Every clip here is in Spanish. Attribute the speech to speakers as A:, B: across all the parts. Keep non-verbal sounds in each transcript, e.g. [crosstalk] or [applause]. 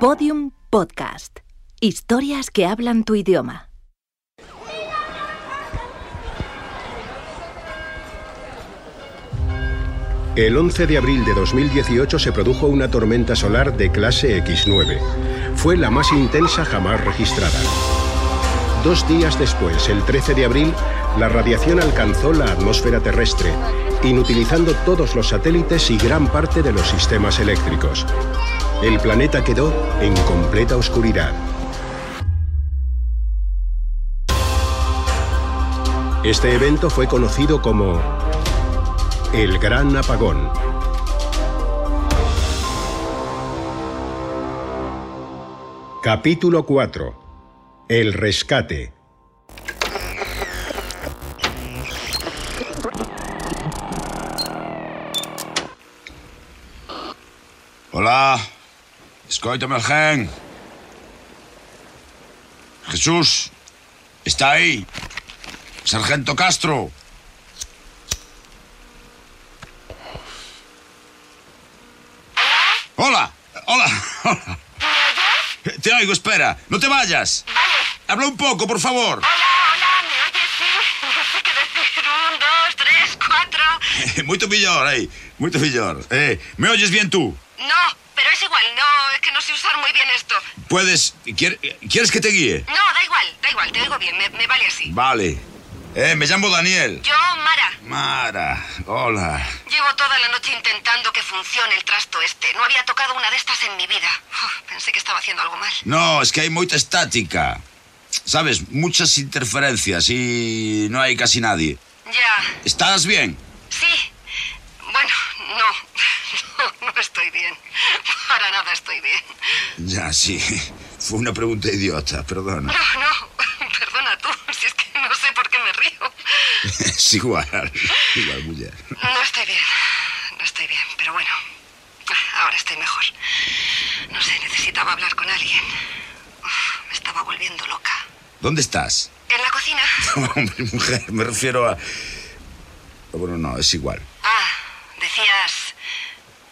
A: Podium Podcast. Historias que hablan tu idioma.
B: El 11 de abril de 2018 se produjo una tormenta solar de clase X9. Fue la más intensa jamás registrada. Dos días después, el 13 de abril, la radiación alcanzó la atmósfera terrestre, inutilizando todos los satélites y gran parte de los sistemas eléctricos. El planeta quedó en completa oscuridad. Este evento fue conocido como el Gran Apagón. Capítulo 4. El rescate.
C: Hola. Escóitame, gen. Jesús. Está ahí. Sargento Castro. Hola. Hola. Hola. Te oigo, espera. No te vayas. Habla un poco, por favor. [laughs]
D: Hola, hola, ¿me oyes? Sí, no sé qué decir. Un, dos, tres, cuatro.
C: Muito mejor, eh. Muito mejor. Eh, ¿me oyes bien tú?
D: No, pero es igual, no, es que no sé usar muy bien esto.
C: Puedes... quier- ¿Quieres que te guíe?
D: No, da igual, da igual, te oigo bien, me, me vale así.
C: Vale. Eh, me llamo Daniel.
D: Yo, Mara,
C: Mara, hola.
D: llevo toda la noche intentando que funcione el trasto este. No había tocado una de estas en mi vida. Uf, pensé que estaba haciendo algo mal.
C: No, es que hay mucha estática. Sabes, muchas interferencias y no hay casi nadie.
D: Ya,
C: ¿Estás bien?
D: sí. Bueno, no, [laughs] no, no estoy bien. Para nada estoy bien.
C: Ya, sí. [laughs] Fue una pregunta idiota, perdona. [laughs]
D: No, no, perdona tú, si es que no sé por qué me río.
C: Es igual, [laughs] igual, mujer.
D: No estoy bien. No estoy bien, pero bueno. Ahora estoy mejor. No sé, necesitaba hablar con alguien. Uf, me estaba volviendo loca.
C: ¿Dónde estás? [laughs]
D: ¿En la cocina?
C: Hombre, mujer, me refiero a... Bueno, no, es igual.
D: Ah, decías...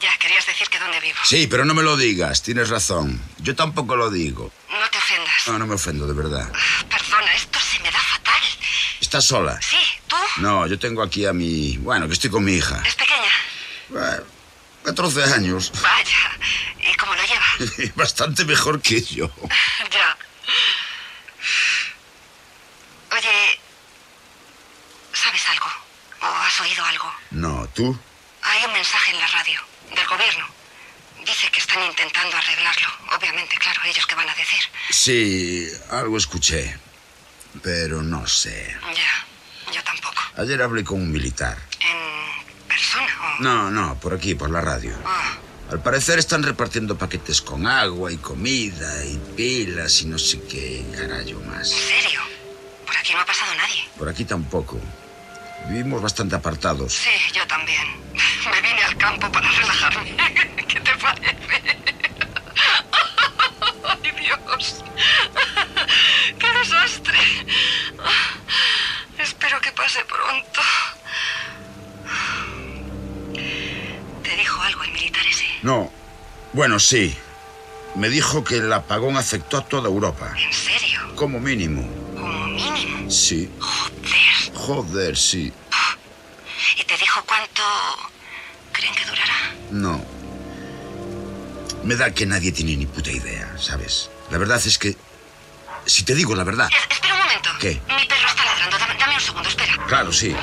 D: Ya, querías decir que dónde vivo.
C: Sí, pero no me lo digas, tienes razón. Yo tampoco lo digo.
D: No te ofendas.
C: No, no me ofendo, de verdad.
D: Perdona, esto se me da fatal.
C: ¿Estás sola?
D: Sí, tú
C: No, yo tengo aquí a mi... Bueno, que estoy con mi hija.
D: es pequeña.
C: Bueno, 14 años.
D: Vaya. ¿Y cómo lo lleva?
C: [laughs] Bastante mejor que yo.
D: ya. Oye, ¿sabes algo? ¿O has oído algo?
C: No, ¿tú?
D: Hay un mensaje en la radio, del gobierno. Dice que están intentando arreglarlo. Obviamente, claro, ellos qué van a decir.
C: Sí, algo escuché. Pero no sé.
D: Ya, yo tampoco.
C: Ayer hablé con un militar.
D: ¿En persona o...?
C: No, no, por aquí, por la radio.
D: Ah,
C: Al parecer están repartiendo paquetes con agua y comida y pilas y no sé qué carajo
D: ¿En
C: más.
D: serio? Por aquí no ha pasado nadie.
C: Por aquí tampoco. Vivimos bastante apartados.
D: Sí, yo también. Me vine al campo para relajarme. [laughs] ¿Qué te parece? [laughs] ¡Ay, Dios! ¡Qué desastre! Espero que pase pronto. ¿Te dijo algo el militar ese?
C: No. Bueno, sí. Me dijo que el apagón afectó a toda Europa.
D: ¿En serio?
C: Como mínimo.
D: Como mínimo.
C: Sí.
D: Joder.
C: Joder, sí.
D: ¿Y te dijo cuánto creen que durará?
C: No. Me da que nadie tiene ni puta idea, ¿sabes? La verdad es que... Si te digo la verdad...
D: Es- espera un momento.
C: ¿Qué?
D: Mi perro está ladrando. Dame, dame un segundo, espera.
C: Claro, sí.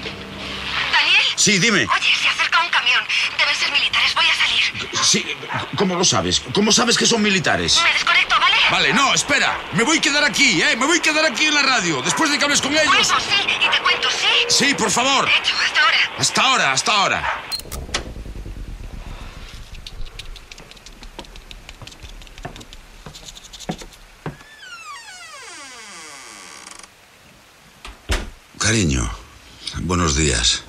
D: ¿Daniel?
C: Sí, dime.
D: Oye, se acerca un camión. Deben ser militares. Voy a salir.
C: Sí, ¿cómo lo sabes? ¿Cómo sabes que son militares?
D: Me desconecto, ¿vale?
C: Vale, no, espera. Me voy a quedar aquí, ¿eh? Me voy a quedar aquí en la radio, después de que hables con ellos.
D: Vuelvo, sí, y te cuento, sí.
C: Sí, por favor.
D: Hecho, hasta ahora.
C: Hasta ahora, hasta ahora. Cariño, buenos días.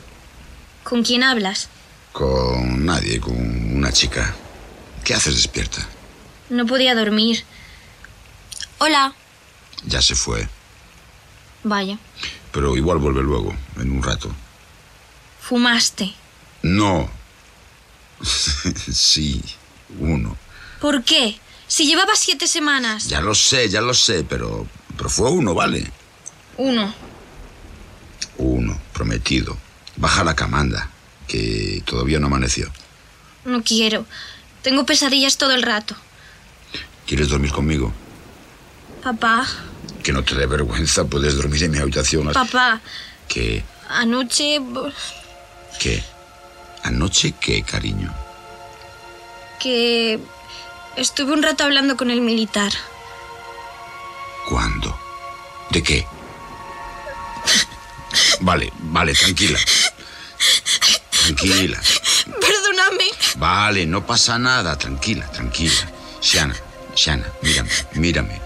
E: ¿Con quién hablas?
C: Con nadie, con una chica. ¿Qué haces despierta?
E: No podía dormir. Hola.
C: Ya se fue,
E: Vaya.
C: pero igual vuelve luego, en un rato.
E: Fumaste.
C: No. [laughs] sí, uno.
E: ¿Por qué? Si llevaba siete semanas.
C: Ya lo sé, ya lo sé, pero, pero fue uno, ¿vale?
E: Uno.
C: Uno, prometido. Baja la camanda, que todavía no amaneció.
E: No quiero. Tengo pesadillas todo el rato.
C: ¿Quieres dormir conmigo?
E: Papá,
C: Que no te dé vergüenza, puedes dormir en mi habitación.
E: papá,
C: ¿Qué?
E: anoche... bo-
C: ¿Qué? ¿Anoche qué, cariño?
E: que... Estuve un rato hablando con el militar. [laughs]
C: ¿Cuándo? ¿De qué? Vale, vale, tranquila. Tranquila.
E: Perdóname.
C: Vale, no pasa nada, tranquila, tranquila. Shana, Shana, mírame, mírame.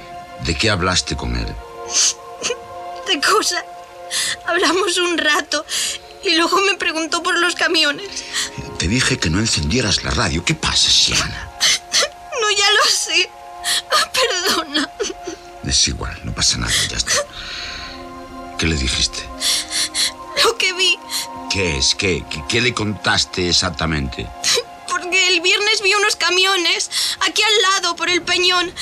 C: ¿De qué hablaste con él?
E: De cosas. Hablamos un rato y luego me preguntó por los camiones.
C: Te dije que no encendieras la radio. ¿Qué pasa, Shana?
E: No, ya lo sé. Ah, Perdona.
C: Es igual, no pasa nada, ya está. ¿Qué le dijiste?
E: Lo que vi.
C: ¿Qué es? ¿Qué? ¿Qué, qué le contaste exactamente?
E: Porque el viernes vi unos camiones aquí al lado por el peñón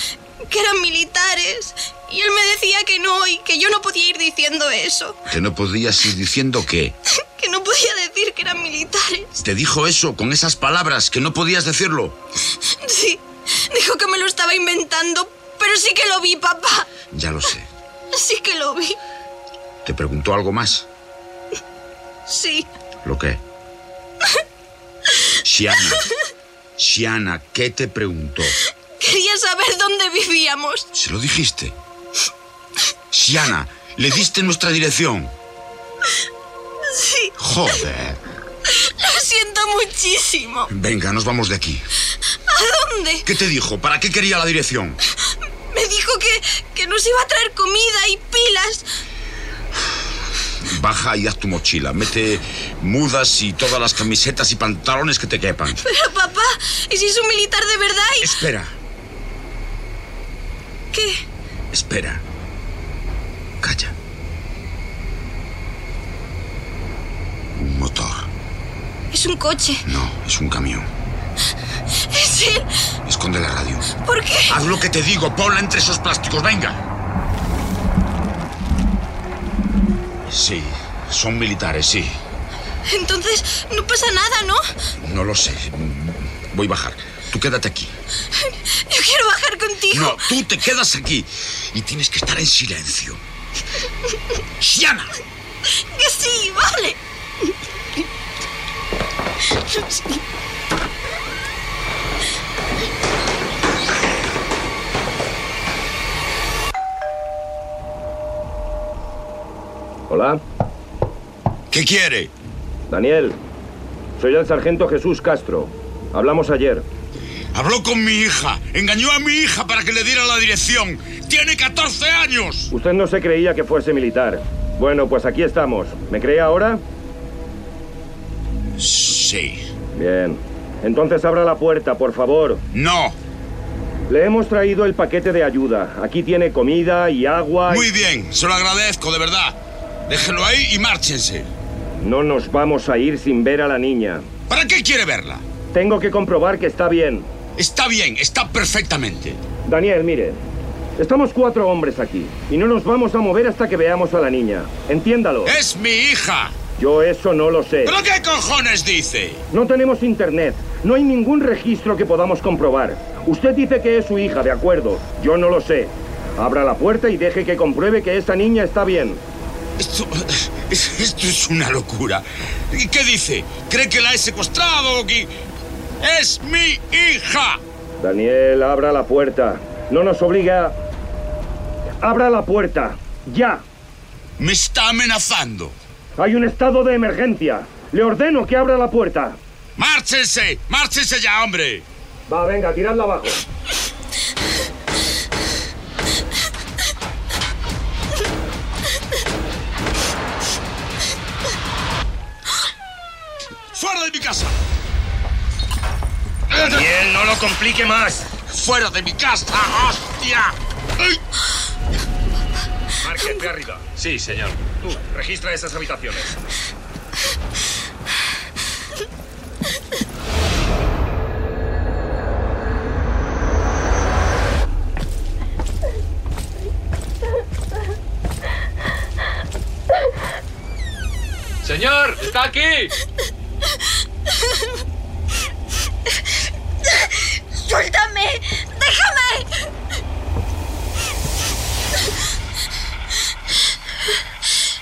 E: que eran militares. Y él me decía que no y que yo no podía ir diciendo eso.
C: Que no podías ir diciendo qué.
E: Que no podía decir que eran militares. [laughs]
C: Te dijo eso con esas palabras, que no podías decirlo.
E: Sí, dijo que me lo estaba inventando, pero sí que lo vi, papá.
C: Ya lo sé.
E: Sí que lo vi.
C: ¿Te preguntó algo más?
E: Sí.
C: ¿Lo qué? Shiana. Shiana, ¿qué te preguntó?
E: Quería saber dónde vivíamos.
C: ¿Se lo dijiste? Shiana, le diste nuestra dirección.
E: Sí,
C: Joder.
E: lo siento muchísimo.
C: Venga, nos vamos de aquí.
E: ¿A dónde?
C: ¿Qué te dijo? ¿Para qué quería la dirección?
E: Me dijo que, que nos iba a traer comida y pilas.
C: Baja y haz tu mochila. Mete mudas y todas las camisetas y pantalones que te quepan.
E: Pero papá, ¿y si es un militar de verdad? ¿Y
C: Espera,
E: qué?
C: espera. Calla. Un motor.
E: Es un coche.
C: No, es un camión.
E: Es él.
C: Esconde la radio.
E: ¿Por qué?
C: Haz lo que te digo, ponla entre esos plásticos, venga. Sí, son militares, sí.
E: Entonces, no pasa nada, ¿no?
C: No lo sé. Mm, Voy a bajar. Tú quédate aquí.
E: Yo quiero bajar contigo.
C: No, tú te quedas aquí. Y tienes que estar en silencio. ¡Shiana!
E: Que sí, vale.
F: Hola,
C: ¿Qué quiere?
F: Daniel. Soy el sargento Jesús Castro. Hablamos ayer.
C: Habló con mi hija. Engañó a mi hija para que le diera la dirección. ¡Tiene 14 años!
F: Usted no se creía que fuese militar. Bueno, pues aquí estamos. ¿Me cree ahora?
C: Sí.
F: Bien. Entonces abra la puerta, por favor.
C: No.
F: Le hemos traído el paquete de ayuda. Aquí tiene comida y agua. y-
C: Muy bien. Se lo agradezco, de verdad. Déjelo ahí y márchense.
F: No nos vamos a ir sin ver a la niña.
C: ¿Para qué quiere verla?
F: Tengo que comprobar que está bien.
C: Está bien, está perfectamente.
F: Daniel, mire. Estamos cuatro hombres aquí y no nos vamos a mover hasta que veamos a la niña. Entiéndalo.
C: ¡Es mi hija!
F: Yo eso no lo sé.
C: Eh. ¿Pero qué cojones dice?
F: No tenemos internet. No hay ningún registro que podamos comprobar. Usted dice que es su hija, de acuerdo. Yo no lo sé. Abra la puerta y deje que compruebe que esta niña está bien.
C: Esto, es- esto es una locura. ¿Y qué dice? ¿Cree que la he secuestrado o que... ¡Es mi hija!
F: Daniel, abra la puerta. No nos obliga. a... Abra la puerta. Ya.
C: Me está amenazando.
F: Hay un estado de emergencia. Le ordeno que abra la puerta.
C: ¡Márchense! ¡Márchense ya, hombre!
F: Va, venga, tiradla abajo.
C: ¡Fuera de mi casa!
G: Daniel, no lo complique más.
C: ¡Fuera de mi casa! ¡Hostia! ¡Ay!
G: Marquez, ve arriba. Sí, señor. Tú, registra esas habitaciones.
H: Señor, está aquí.
E: ¡Suéltame! ¡Déjame!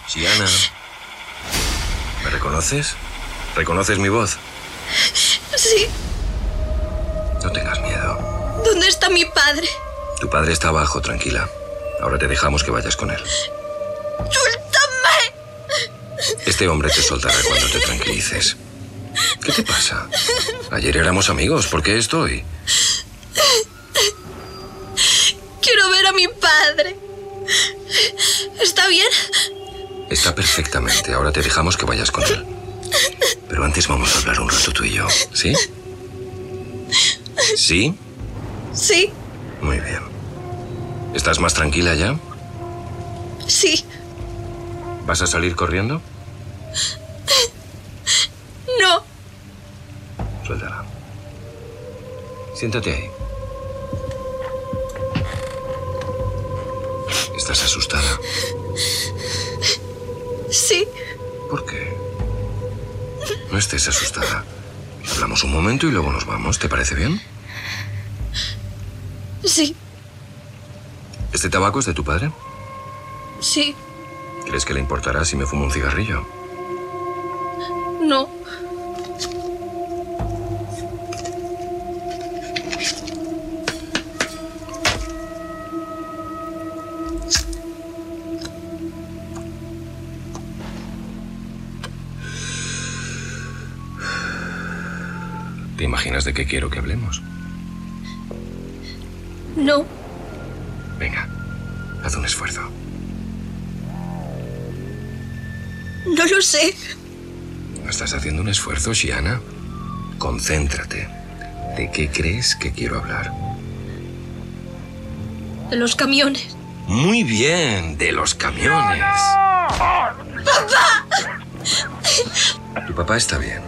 I: Siana. ¿Me reconoces? ¿Reconoces mi voz?
E: Sí,
I: No tengas miedo.
E: ¿dónde está mi padre?
I: Tu padre está abajo, tranquila. Ahora te dejamos que vayas con él.
E: ¡Suéltame!
I: Este hombre te soltará cuando te tranquilices. ¿Qué te pasa? Ayer éramos amigos, ¿por qué estoy?
E: Quiero ver a mi padre. ¿Está bien?
I: Está perfectamente, ahora te dejamos que vayas con él. Pero antes vamos a hablar un rato tú y yo, ¿sí? ¿Sí?
E: Sí,
I: Muy bien. ¿Estás más tranquila ya?
E: sí.
I: ¿Vas a salir corriendo?
E: No,
I: Suéltala. Siéntate ahí. ¿Estás asustada?
E: sí.
I: ¿Por qué? No estés asustada. Hablamos un momento y luego nos vamos. ¿Te parece bien?
E: Sí,
I: ¿Este tabaco es de tu padre?
E: sí.
I: ¿Crees que le importará si me fumo un cigarrillo?
E: No.
I: ¿Te imaginas de qué quiero que hablemos?
E: No.
I: Venga, haz un esfuerzo.
E: No lo sé.
I: Estás haciendo un esfuerzo, Shiana. Concéntrate. ¿De qué crees que quiero hablar?
E: De los camiones.
I: Muy bien, de los camiones. ¡Papá! Tu papá está bien.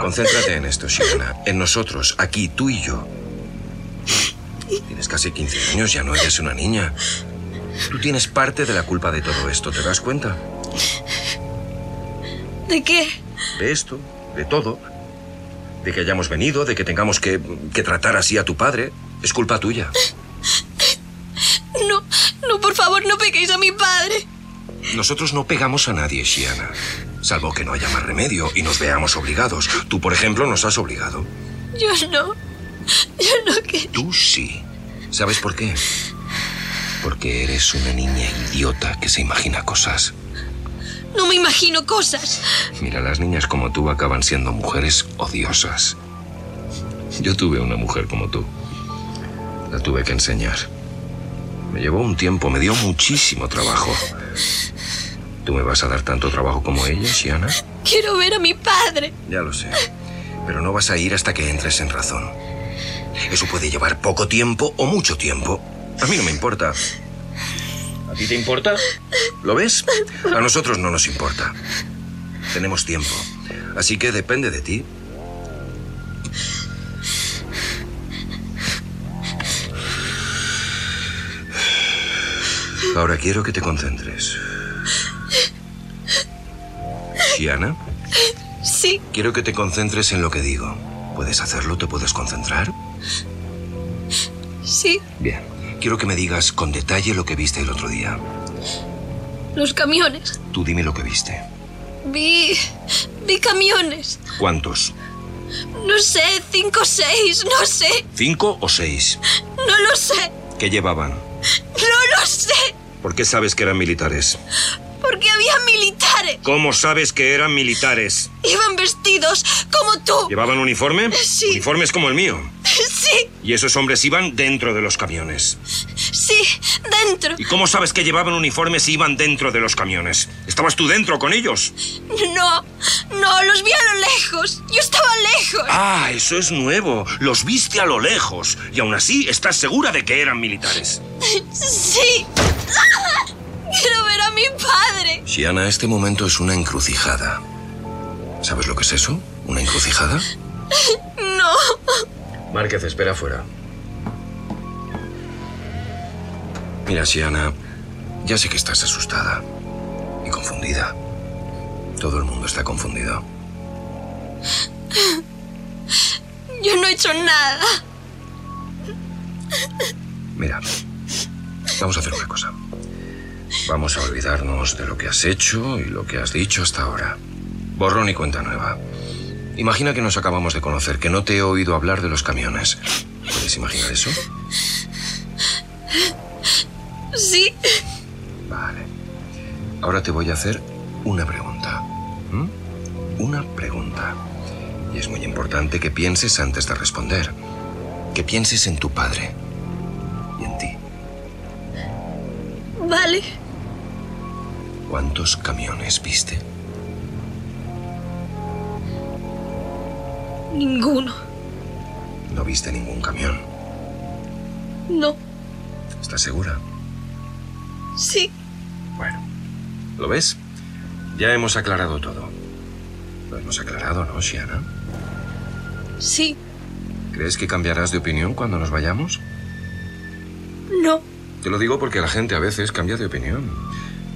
I: Concéntrate en esto, Shiona. En nosotros, aquí, tú y yo. Tienes casi 15 años, ya no eres una niña. Tú tienes parte de la culpa de todo esto, ¿te das cuenta?
E: ¿De qué?
I: De esto, de todo. De que hayamos venido, de que tengamos que, que tratar así a tu padre. Es culpa tuya.
E: No, no, por favor, no peguéis a mi padre.
I: Nosotros no pegamos a nadie, Shiana. Salvo que no haya más remedio y nos veamos obligados. Tú, por ejemplo, nos has obligado.
E: Yo no. Yo no que.
I: Tú sí. ¿Sabes por qué? Porque eres una niña idiota que se imagina cosas.
E: No me imagino cosas.
I: Mira, las niñas como tú acaban siendo mujeres odiosas. Yo tuve una mujer como tú. La tuve que enseñar. Me llevó un tiempo, me dio muchísimo trabajo. ¿Tú me vas a dar tanto trabajo como ella, Shiana?
E: Quiero ver a mi padre.
I: Ya lo sé. Pero no vas a ir hasta que entres en razón. Eso puede llevar poco tiempo o mucho tiempo. A mí no me importa. ¿A ti te importa? ¿Lo ves? A nosotros no nos importa. Tenemos tiempo. Así que depende de ti. Ahora quiero que te concentres. Shiana.
E: Sí,
I: Quiero que te concentres en lo que digo. ¿Puedes hacerlo? ¿Te puedes concentrar?
E: sí.
I: Bien. Quiero que me digas con detalle lo que viste el otro día.
E: Los camiones.
I: Tú dime lo que viste.
E: Vi. Vi camiones.
I: ¿Cuántos?
E: No sé, cinco o seis, no sé.
I: ¿Cinco o seis?
E: No lo sé.
I: ¿Qué llevaban?
E: No lo sé.
I: ¿Por qué sabes que eran militares?
E: Porque había militares.
I: ¿Cómo sabes que eran militares?
E: Iban vestidos como tú.
I: ¿Llevaban uniforme?
E: Sí.
I: Uniformes como el mío.
E: Sí,
I: Y esos hombres iban dentro de los camiones.
E: sí, dentro.
I: ¿Y cómo sabes que llevaban uniformes si iban dentro de los camiones? ¿Estabas tú dentro con ellos?
E: No, no, los vi a lo lejos. Yo estaba lejos.
I: Ah, eso es nuevo. Los viste a lo lejos. Y aún así estás segura de que eran militares.
E: Sí. ¡Ah! Quiero ver a mi padre.
I: Shiana, este momento es una encrucijada. ¿Sabes lo que es eso? ¿Una encrucijada?
E: No.
I: Márquez, espera afuera. Mira, Shiana, ya sé que estás asustada y confundida. Todo el mundo está confundido.
E: Yo no he hecho nada.
I: Mira, vamos a hacer una cosa. Vamos a olvidarnos de lo que has hecho y lo que has dicho hasta ahora. Borrón y cuenta nueva. Imagina que nos acabamos de conocer, que no te he oído hablar de los camiones. ¿Puedes imaginar eso?
E: Sí,
I: Vale. Ahora te voy a hacer una pregunta. ¿m? Una pregunta. Y es muy importante que pienses antes de responder. Que pienses en tu padre y en ti.
E: vale.
I: ¿Cuántos camiones viste?
E: Ninguno.
I: No viste ningún camión.
E: No.
I: ¿Estás segura?
E: Sí.
I: Bueno. ¿Lo ves? Ya hemos aclarado todo. Lo hemos aclarado, ¿no, Shiana?
E: Sí.
I: ¿Crees que cambiarás de opinión cuando nos vayamos?
E: No.
I: Te lo digo porque la gente a veces cambia de opinión.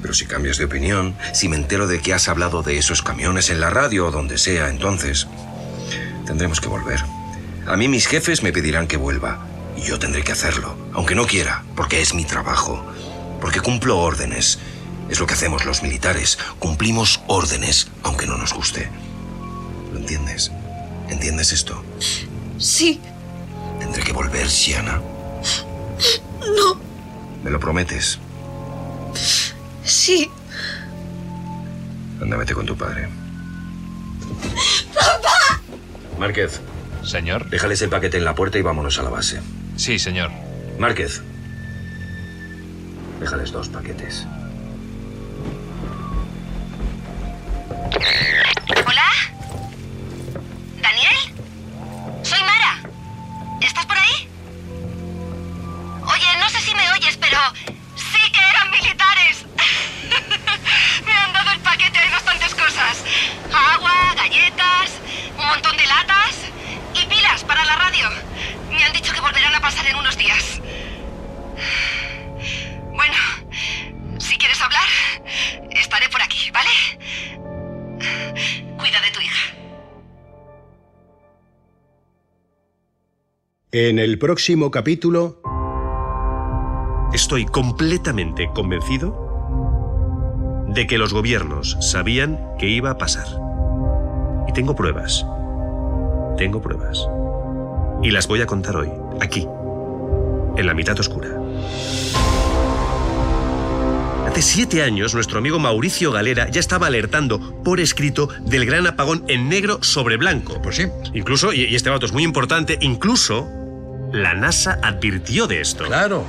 I: Pero si cambias de opinión, si me entero de que has hablado de esos camiones en la radio o donde sea, entonces tendremos que volver. A mí mis jefes me pedirán que vuelva y yo tendré que hacerlo, aunque no quiera, porque es mi trabajo, porque cumplo órdenes. Es lo que hacemos los militares, cumplimos órdenes, aunque no nos guste. ¿Lo entiendes? ¿Entiendes esto?
E: Sí.
I: Tendré que volver, Siana.
E: No.
I: ¿Me lo prometes?
E: Sí.
I: Anda, vete con tu padre. ¡Papá! Márquez,
H: Señor.
I: déjales el paquete en la puerta y vámonos a la base.
H: Sí, señor.
I: Márquez, déjales dos paquetes.
D: ¿Hola? ¿Daniel? Soy Mara. ¿Estás por ahí? Oye, no sé si me oyes, pero sí que eran militares. [laughs] me han dado el paquete, hay bastantes cosas. Agua, galletas, un montón de latas y pilas para la radio. Me han dicho que volverán a pasar en unos días. Bueno, si quieres hablar, estaré por aquí, ¿vale? Cuida de tu hija.
B: En el próximo capítulo,
J: Estoy completamente convencido de que los gobiernos sabían que iba a pasar. Y tengo pruebas. Tengo pruebas. Y las voy a contar hoy, aquí, en la mitad oscura. Hace siete años, nuestro amigo Mauricio Galera ya estaba alertando por escrito del gran apagón en negro sobre blanco.
H: Pues sí.
J: Incluso, y y este dato es muy importante, incluso la NASA advirtió de esto.
H: Claro.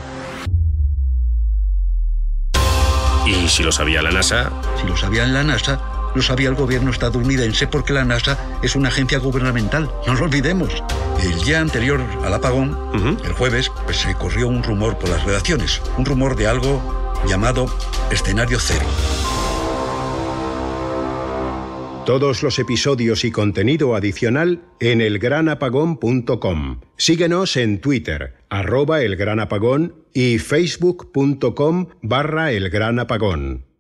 J: Y si lo sabía la NASA,
K: Si lo sabía en la NASA, lo sabía el gobierno estadounidense porque la NASA es una agencia gubernamental, no lo olvidemos. El día anterior al apagón,
J: Ujú.
K: el jueves, pues se corrió un rumor por las redacciones, un rumor de algo llamado escenario cero.
B: todos los episodios y contenido adicional en elgranapagón.com. Síguenos en Twitter, arroba elgranapagón y facebook.com barra elgranapagón.